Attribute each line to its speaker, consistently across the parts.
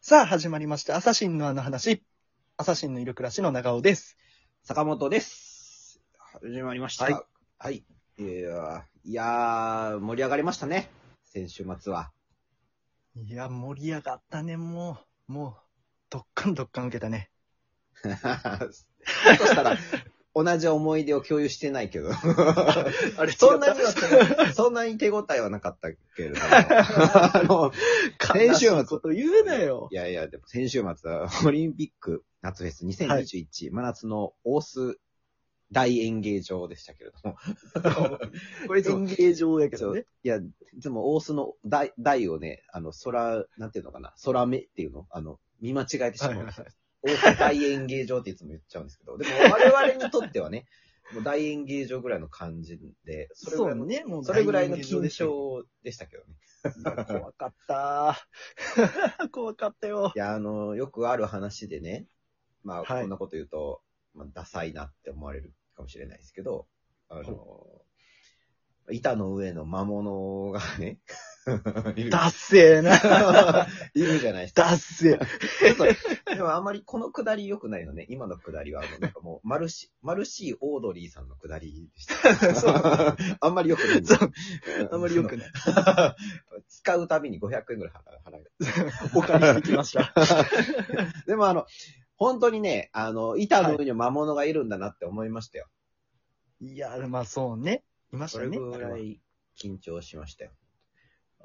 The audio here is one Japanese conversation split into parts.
Speaker 1: さあ、始まりました。アサシンのあの話。アサシンのいる暮らしの長尾です。
Speaker 2: 坂本です。始まりました。
Speaker 1: はい
Speaker 2: はい。いやーいやー、盛り上がりましたね。先週末は。
Speaker 1: いや、盛り上がったね、もう。もう、どっかんどっかん受けたね。
Speaker 2: そしたら、同じ思い出を共有してない けど。
Speaker 1: あれ
Speaker 2: そんなにはその、そんなに手応えはなかったけ れども。あの、
Speaker 1: 先
Speaker 2: 先
Speaker 1: 週
Speaker 2: 週
Speaker 1: の
Speaker 2: の
Speaker 1: こと言うなよ
Speaker 2: い。やいや、でも先週末はオリンピック夏フェス2021、
Speaker 1: はい
Speaker 2: 真夏の大須大演芸場でしたけれども。
Speaker 1: これ演芸場やけどね。
Speaker 2: いや、いつも大須の台、台をね、あの、空、なんていうのかな、空目っていうのあの、見間違えてしまいました。大須大演芸場っていつも言っちゃうんですけど、でも我々にとってはね、 もう大演芸場ぐらいの感じで、それぐ
Speaker 1: そ
Speaker 2: ら
Speaker 1: う
Speaker 2: いの、
Speaker 1: ね、もう
Speaker 2: それぐらいの
Speaker 1: 大炎
Speaker 2: 緊
Speaker 1: 芸場
Speaker 2: 張でしたけどね。
Speaker 1: でしたよ。怖かった。 怖かったよ
Speaker 2: い。や、あの、よくある話でね、まあ、
Speaker 1: はい
Speaker 2: こんなこと言うと、まあ、ダサいなって思われるかもしれないですけど、あの、板の上の魔物が ね、いる
Speaker 1: ダッセーな。
Speaker 2: いるじゃないですか。
Speaker 1: ダッセー。
Speaker 2: ちょっと、でもあんまりこのくだり良くないのね。今のくだりは、あの、なんかもう、マルシ、マルシー・オードリーさんのくだり でした。 あんまり良くないんだ
Speaker 1: そうあんまり良く
Speaker 2: い。
Speaker 1: ない。
Speaker 2: 使うたびに500円ぐらい払払う。
Speaker 1: お借りしてきました。
Speaker 2: でもあの、本当にね、あの、板の上に魔物がいるんだなって思いましたよ。
Speaker 1: いや、まあそうね。いまし
Speaker 2: そ
Speaker 1: た
Speaker 2: れ
Speaker 1: ね。
Speaker 2: ぐらい緊張しましたよ。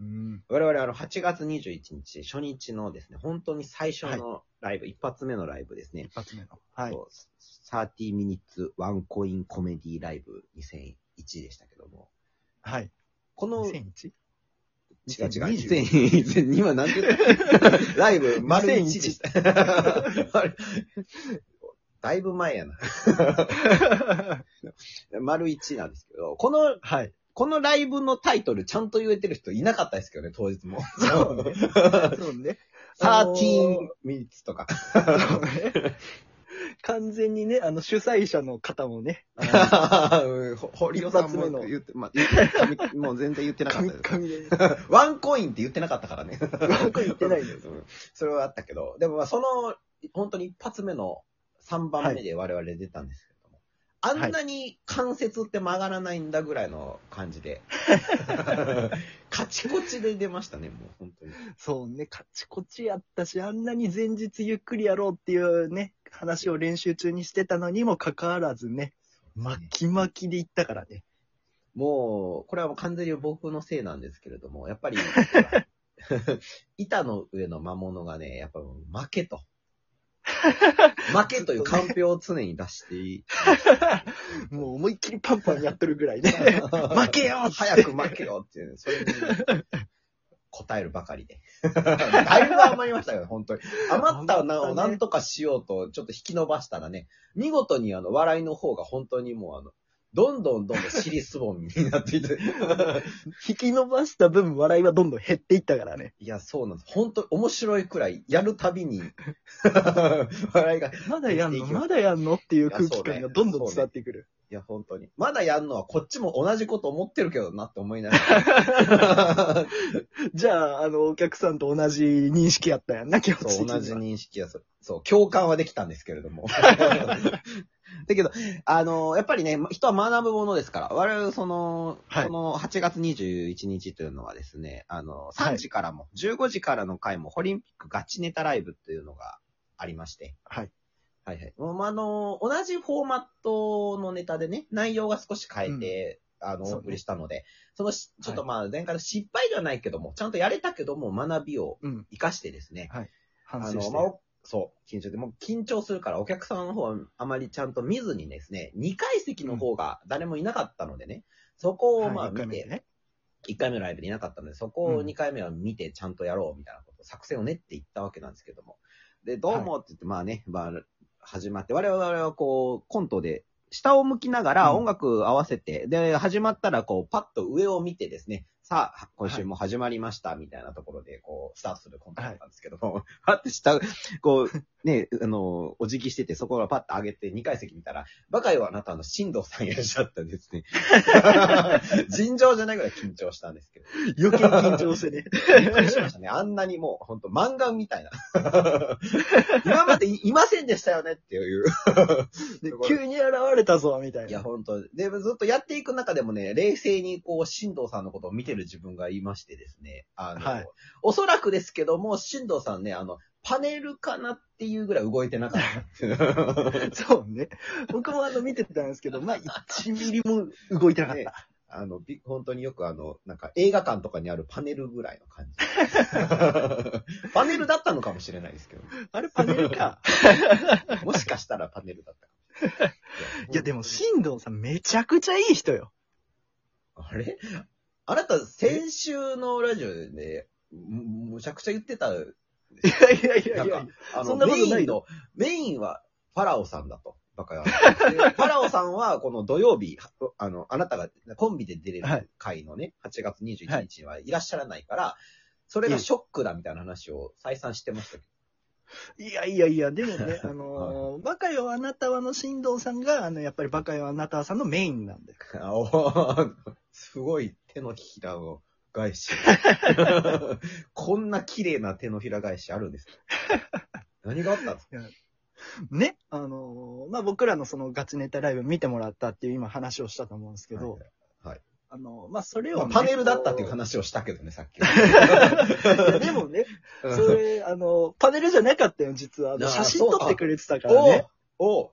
Speaker 1: うん。
Speaker 2: 我々あの、8月21日、初日のですね、本当に最初のライブ、一発目のライブですね。
Speaker 1: 一発目の。はい。
Speaker 2: そう30 minutes ワンコインコメディライブ2001でしたけども。
Speaker 1: はい。
Speaker 2: この、違う
Speaker 1: 2001?
Speaker 2: 違う、
Speaker 1: 2020
Speaker 2: 2000、今なんて言ったライ ブ、丸1でした。あれ だいぶ前やな。丸1なんですけど、この、
Speaker 1: はい。
Speaker 2: このライブのタイトルちゃんと言えてる人いなかったですけどね、当日も。
Speaker 1: そう ね。そうね。あのー
Speaker 2: 13 minutes とか。
Speaker 1: そうね完全にね、あの、主催者の方もね、
Speaker 2: うん ほ堀尾さん
Speaker 1: 一発目
Speaker 2: も
Speaker 1: の
Speaker 2: 言って、まあ言って、もう全然言ってなかった
Speaker 1: 神
Speaker 2: です。
Speaker 1: 々で。
Speaker 2: ワンコインって言ってなかったからね。
Speaker 1: ワンコイン言ってないのよ
Speaker 2: うんそれはあったけど、でもまあその、本当に一発目の3番目で我々出たんですけども、
Speaker 1: い
Speaker 2: あんなに関節って曲がらないんだぐらいの感 じで、カチコチで出ましたね、もう本当に。
Speaker 1: そうね、カチコチやったし、あんなに前日ゆっくりやろうっていうね、話を練習中にしてたのにもかかわらずね、巻き巻きで行ったからね。
Speaker 2: もう、これはもう完全に僕のせいなんですけれども、やっ ぱり、板の上の魔物がね、やっぱもう負 けと。負けというカンペを常に出していい。
Speaker 1: もう思いっきりパンパンやってるぐらいね。 負けよ
Speaker 2: 早く負けよっていうね、それに答えるばかりで。 だいぶ余りましたよ、本当に。余ったなをなんとかしようと、ちょっと引き伸ばしたらね、見事にあの、笑いの方が本当にもうあの、どんどんどんどん尻すぼみになってい て。
Speaker 1: 引き伸ばした分、笑いはどんどん減っていったからね。
Speaker 2: いや、そうなんです。本当面白いくらい、やるたびに、 笑いが、い
Speaker 1: まだやんの
Speaker 2: 減って
Speaker 1: まだやんのっていう
Speaker 2: いや
Speaker 1: 空気感がどんどん伝わってくる。
Speaker 2: や、本当に。まだやんのはこっちも同じこと思ってるけどなって思いながら。
Speaker 1: じゃあ、あの、お客さんと同じ認識やったんやんな、気持ち的
Speaker 2: そう、
Speaker 1: には
Speaker 2: 同じ認識や、そうそう、共感はできたんですけれ ども。だけど、あの、やっぱりね、人は学ぶものですから、我々、その、
Speaker 1: はい
Speaker 2: その8月21日というのはですね、あの、
Speaker 1: はい
Speaker 2: 3時からも、15時からの回も、オリンピックガチネタライブっていうのがありまして、
Speaker 1: はい。
Speaker 2: はいはい。もうまああの、同じフォーマットのネタでね、内容が少し変えて、あの、
Speaker 1: そうね
Speaker 2: お送りしたので、そのし、ちょっと
Speaker 1: は
Speaker 2: まあ、前回の失敗ではないけども、ちゃんとやれたけども、学びを
Speaker 1: うん。
Speaker 2: 活かしてですね、
Speaker 1: 反
Speaker 2: あ
Speaker 1: 省し
Speaker 2: の、
Speaker 1: て。
Speaker 2: まあ、おそう、緊張で、もう緊張するから、お客さんの方はあまりちゃんと見ずにですね、2階席の方が誰もいなかったのでね、そこをま
Speaker 1: はい
Speaker 2: あ
Speaker 1: 一回
Speaker 2: 見
Speaker 1: 目で
Speaker 2: て、
Speaker 1: ね。
Speaker 2: 1回目のライブでいなかったので、そこ
Speaker 1: う
Speaker 2: を
Speaker 1: ん
Speaker 2: 2回目は見てちゃんとやろうみたいなこと、作戦を練っていったわけなんですけども。で、どうもって言って、まあね、まあ、始まって、我々はこう、コントで、下を向きながら
Speaker 1: うん
Speaker 2: 音楽合わせて、で、始まったらこう、パッと上を見てですね、さあ、今週も 始まりました、みたいなところで、こう、スタートするコントだったんですけども、パッと下、こう、ね、あの、お辞儀してて、そこがパッと上げて、2階席見たら、バカよあなたの新藤さんいらっしゃったんです ね。尋常じゃないぐらい緊張したんですけど。
Speaker 1: 余計緊張して ね。
Speaker 2: びっくりし ましたね。あんなにもう、ほんと漫画みたいな。 今までいいませんでしたよねっていう。
Speaker 1: で急に現れたぞ、みたい
Speaker 2: いや、
Speaker 1: な。
Speaker 2: 本当で、ずっとやっていく中でもね、冷静にこう、新藤さんのことを見てる自分がいましてですね。あの、
Speaker 1: はい
Speaker 2: おそらくですけども、新藤さんね、あの、パネルかなっていうぐらい動いてなかった。
Speaker 1: そうね。僕もあの見てたんですけど、まあ、1ミリも動いてな かっ
Speaker 2: ね
Speaker 1: た。
Speaker 2: あの、び本当によくあの、なんか映画館とかにあるパネルぐらいの 感じ。 パネルだったのかもしれないですけど、
Speaker 1: あれパネル か。
Speaker 2: もしかしたらパネルだったかもしれない
Speaker 1: いや、でも、新藤さんめちゃくちゃいい人よ。
Speaker 2: あれあなた、先週のラジオでね、むむちゃくちゃ言ってた、
Speaker 1: いやいやいや
Speaker 2: ないん
Speaker 1: や
Speaker 2: か。、あ
Speaker 1: そ
Speaker 2: の、
Speaker 1: んなこ
Speaker 2: メ
Speaker 1: とな
Speaker 2: イ
Speaker 1: い
Speaker 2: ンの、メインはファラオさんだと。バカ が。でファラオさんは、この土曜日、あの、あなたがコンビで出れ
Speaker 1: はい
Speaker 2: る回のね、8月21日にはいらっしゃらないから、それがショックだみたいな話を再三してましたけ
Speaker 1: いやいやいや、でもね、あのーバカよあなたはの新藤さんが、あの、やっぱりバカよあなたはさんのメインなんで。
Speaker 2: ど。あおーすごい手のひらを返し。こんな綺麗な手のひら返しあるんですか何があったんですか
Speaker 1: ね。あのーまあ、僕らのそのガチネタライブ見てもらったっていう今話をしたと思うんですけど、
Speaker 2: はい
Speaker 1: あのーまあ、それ
Speaker 2: ま
Speaker 1: を
Speaker 2: あ
Speaker 1: ね、
Speaker 2: パネルだったっていう話をしたけどね、さ っき。
Speaker 1: いや でもね、それ、 あのーパネルじゃなかったよ、実は。あの
Speaker 2: あー
Speaker 1: 写真撮ってくれてたから
Speaker 2: お
Speaker 1: ね
Speaker 2: う。おう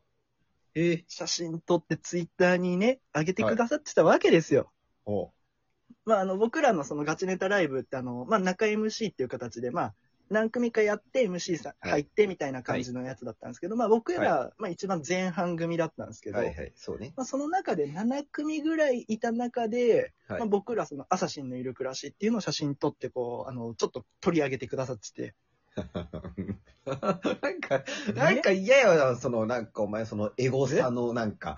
Speaker 2: えー
Speaker 1: 写真撮ってツイッターにね、上げてくださってたわけですよ。
Speaker 2: おう
Speaker 1: まあ、あの、僕らのそのガチネタライブって、あの、まあ、中 MC っていう形で、まあ、何組かやって、MC さん
Speaker 2: はい
Speaker 1: 入ってみたいな感じのやつだったんですけど、まあ、僕ら、まあ、一番前半組だったんですけど、
Speaker 2: はいはい、そうね。
Speaker 1: まあ、その中で7組ぐらいいた中で、
Speaker 2: はい
Speaker 1: まあ、僕らその、アサシンのいる暮らしっていうのを写真撮って、こう、あの、ちょっと取り上げてくださってて、
Speaker 2: なんか、なんか嫌やな、その、なんかお前、その、エゴさの、なん か、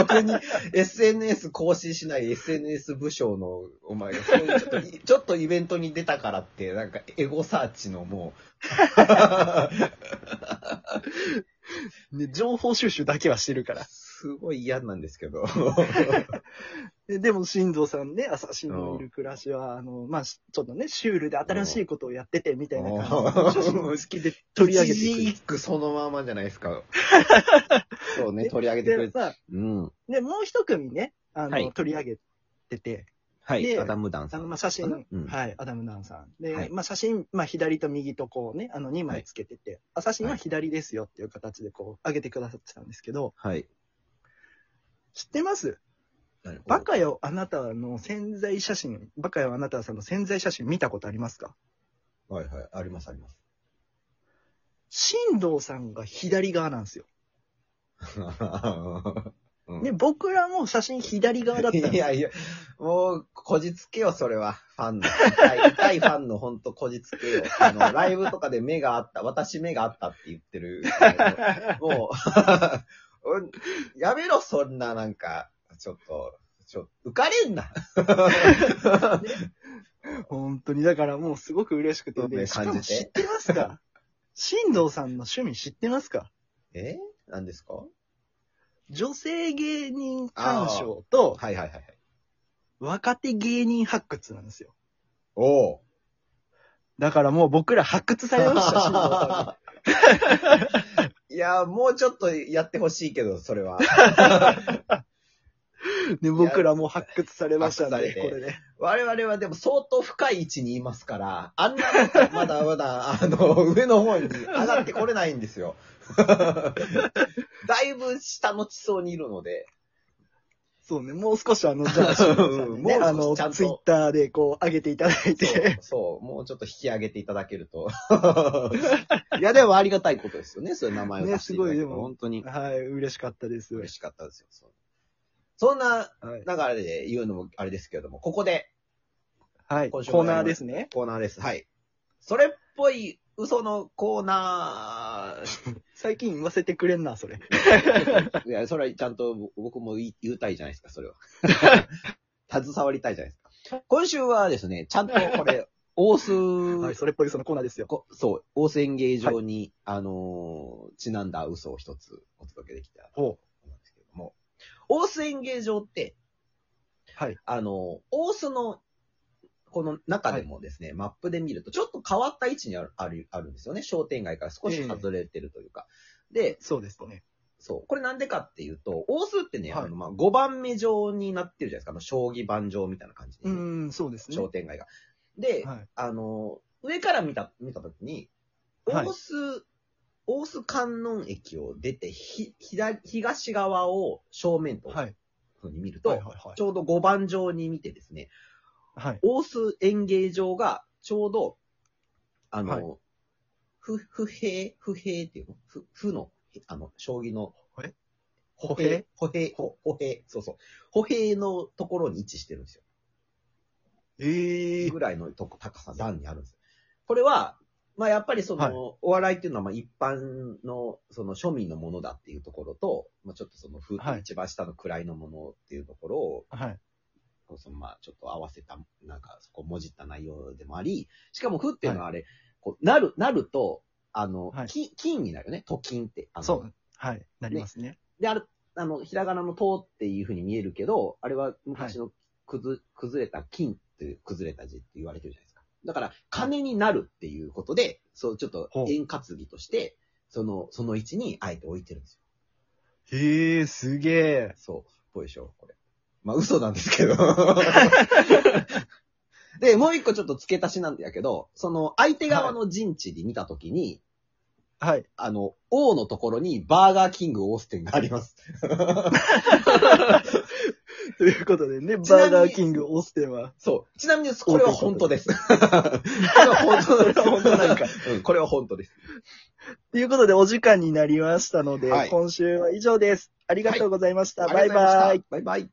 Speaker 2: 僕に SNS 更新しない SNS 部署の、お前が、そういうちょっ とい、ちょっとイベントに出たからって、なんか、エゴサーチのもう、
Speaker 1: で情報収集だけはしてるから。
Speaker 2: すごい嫌なんですけど。
Speaker 1: ででも、新藤さんね、朝日のいる暮らしは、あの、まあ、しちょっとね、シュールで新しいことをやってて、みたいな 感じで、写真も好きで取り上げてく
Speaker 2: 一
Speaker 1: れ
Speaker 2: 字
Speaker 1: て
Speaker 2: 一句そのままじゃないですか。そうね、取り上げてくれ
Speaker 1: で、
Speaker 2: て。
Speaker 1: まあ、
Speaker 2: うん。
Speaker 1: で、もう一組ね、あの、
Speaker 2: はい
Speaker 1: 取り上げてて、
Speaker 2: はい、
Speaker 1: で
Speaker 2: アダムダン
Speaker 1: あ
Speaker 2: さ
Speaker 1: の、
Speaker 2: ん。
Speaker 1: まあ、写真、
Speaker 2: うん
Speaker 1: はい、アダム・ナンさん。で、
Speaker 2: はい
Speaker 1: まあ、写真、まあ、左と右とこうね、あの、2枚つけてて、あ写真は左ですよっていう形でこう、上げてくださってたんですけど、
Speaker 2: はい。
Speaker 1: 知ってますバカよ、あなたの潜在写真、バカよ、あなたさんの潜在写真見たことありますか
Speaker 2: はいはい、ありますあります。
Speaker 1: 新藤さんが左側なんですよ。
Speaker 2: うん
Speaker 1: ね、僕らも写真左側だったんです
Speaker 2: いやいや、もう、こじつけよ、それは。ファンの。痛 い痛いファンのほんとこじつけよ。あの、ライブとかで目があった、私目があったって言ってる。もう、 うんやめろ、そんな、なんか、ちょっと、ちょっと、浮かれんな。
Speaker 1: 本当に、だからもうすごく嬉しくて、
Speaker 2: 運命
Speaker 1: で、しか
Speaker 2: 感
Speaker 1: も
Speaker 2: じて
Speaker 1: 知ってますか新藤さんの趣味知ってますか
Speaker 2: え何ですか
Speaker 1: 女性芸人鑑賞と
Speaker 2: はいはいはいはい。
Speaker 1: 若手芸人発掘なんですよ。
Speaker 2: おう。
Speaker 1: だからもう僕ら発掘されました、新藤 さ
Speaker 2: いや、もうちょっとやってほしいけど、それは。
Speaker 1: んに。で、僕らもう発掘されましたん
Speaker 2: 発
Speaker 1: で、
Speaker 2: 掘さ
Speaker 1: こ
Speaker 2: れて
Speaker 1: れね。
Speaker 2: 我々はでも相当深い位置にいますから、あんなのまだまだ、 あの、上の方に上がってこれないんですよ。 だいぶ下の地層にいるので。
Speaker 1: そうね、もう少しあの、じゃあ、新藤さんにね、
Speaker 2: うん
Speaker 1: あ
Speaker 2: もう
Speaker 1: の、
Speaker 2: ちゃんと
Speaker 1: ツイッターでこう、上げていただい
Speaker 2: そう
Speaker 1: て。、
Speaker 2: そうもうちょっと引き上げていただけると。 いや、でもありがたいことですよね、そういう名前を出していただけ
Speaker 1: ねすごいで
Speaker 2: ると。
Speaker 1: も
Speaker 2: 本当 に
Speaker 1: はい、嬉しかったです。
Speaker 2: 嬉しかったですよ。そうそんな
Speaker 1: はい、
Speaker 2: 流れで言うのもあれですけれども、ここで
Speaker 1: はいコ
Speaker 2: 今週
Speaker 1: ー
Speaker 2: もやります
Speaker 1: ナーですね。
Speaker 2: コーナーです。はい。それっぽい嘘のコーナー
Speaker 1: 最近言わせてくれんな、それ。
Speaker 2: いや、それはちゃんと僕も言い言うたいじゃないで すか、それは。携わりたいじゃないですか。今週はですね、ちゃんとこれ、大須、
Speaker 1: はい、それっぽいそのコーナーですよ。
Speaker 2: こそう、大須演芸場に、あのーちなんだ嘘を一つお届けできたらと
Speaker 1: ほ
Speaker 2: 思うんですけども、大須演芸場って、
Speaker 1: う。はい。
Speaker 2: あの、大須の、この中でもですね、マップで見ると、ちょっと変わった位置にある、ある、あるんですよね。商店街から少し外れてるというか。で、
Speaker 1: そうですね。
Speaker 2: そう。これなんでかっていうと、大須ってね、
Speaker 1: はい
Speaker 2: あの、まあ、5番目状になってるじゃないですか。あの、将棋盤状みたいな感じで
Speaker 1: う
Speaker 2: ね、
Speaker 1: ん、そうですね。
Speaker 2: 商店街が。で、
Speaker 1: はい。
Speaker 2: あの、上から見た、見たときに、大
Speaker 1: はい
Speaker 2: 須、大須観音駅を出て、ひ、左、東側を正面と、
Speaker 1: はい。
Speaker 2: に見ると、
Speaker 1: はい。はい
Speaker 2: ちょうど5番状に見てですね、
Speaker 1: はい。
Speaker 2: 大須演芸場が、ちょうど、あの、
Speaker 1: はい
Speaker 2: 不、不平、不平っていうの不、不の、あの、将棋の
Speaker 1: え、
Speaker 2: 歩
Speaker 1: 兵
Speaker 2: 兵、歩兵、歩歩兵、そうそう。歩兵のところに位置してるんですよ。
Speaker 1: ええ
Speaker 2: ぐらいのとこ高さ、段にあるんですよ。これは、まあやっぱりその、
Speaker 1: はい
Speaker 2: お笑いっていうのはまあ一般の、その庶民のものだっていうところと、まあちょっとその、ふ
Speaker 1: はい
Speaker 2: 一番下の位のものっていうところを、
Speaker 1: はい。
Speaker 2: そのまあちょっと合わせた、なんかそこもじった内容でもあり、しかもふっていうのはあれ、こうなる、なると、あの、
Speaker 1: はい
Speaker 2: 金、金になるよね、と金って。あの
Speaker 1: そう。はい。なりますね。
Speaker 2: で、ある、あの、ひらがなのとっていうふうに見えるけど、あれは昔の崩、崩れた金っていう崩れた字って言われてるじゃないですか。だから、金になるっていうことで、そう、ちょっと
Speaker 1: ほう
Speaker 2: 円滑ぎとして、その、その位置にあえて置いてるんですよ。
Speaker 1: へえ、すげえ。
Speaker 2: そう、ぽいでしょ、これ。まあ、嘘なんですけど。で、もう一個ちょっと付け足しなんだけど、その、相手側の陣地で見たときに、
Speaker 1: はい。
Speaker 2: あの、王のところにバーガーキングオーステンがあります。
Speaker 1: ということでね、バ
Speaker 2: ちなみ
Speaker 1: ー
Speaker 2: に
Speaker 1: ガーキング、オーステンは。
Speaker 2: そう。ちなみにです、これは本当です。これは本当 です。
Speaker 1: 本当なんか
Speaker 2: うん、これは本当です。
Speaker 1: ということで、お時間になりましたので、
Speaker 2: はい
Speaker 1: 今週は以上です。ありがとうございました。バイバイ
Speaker 2: ありがとうございまし。たバイバイ。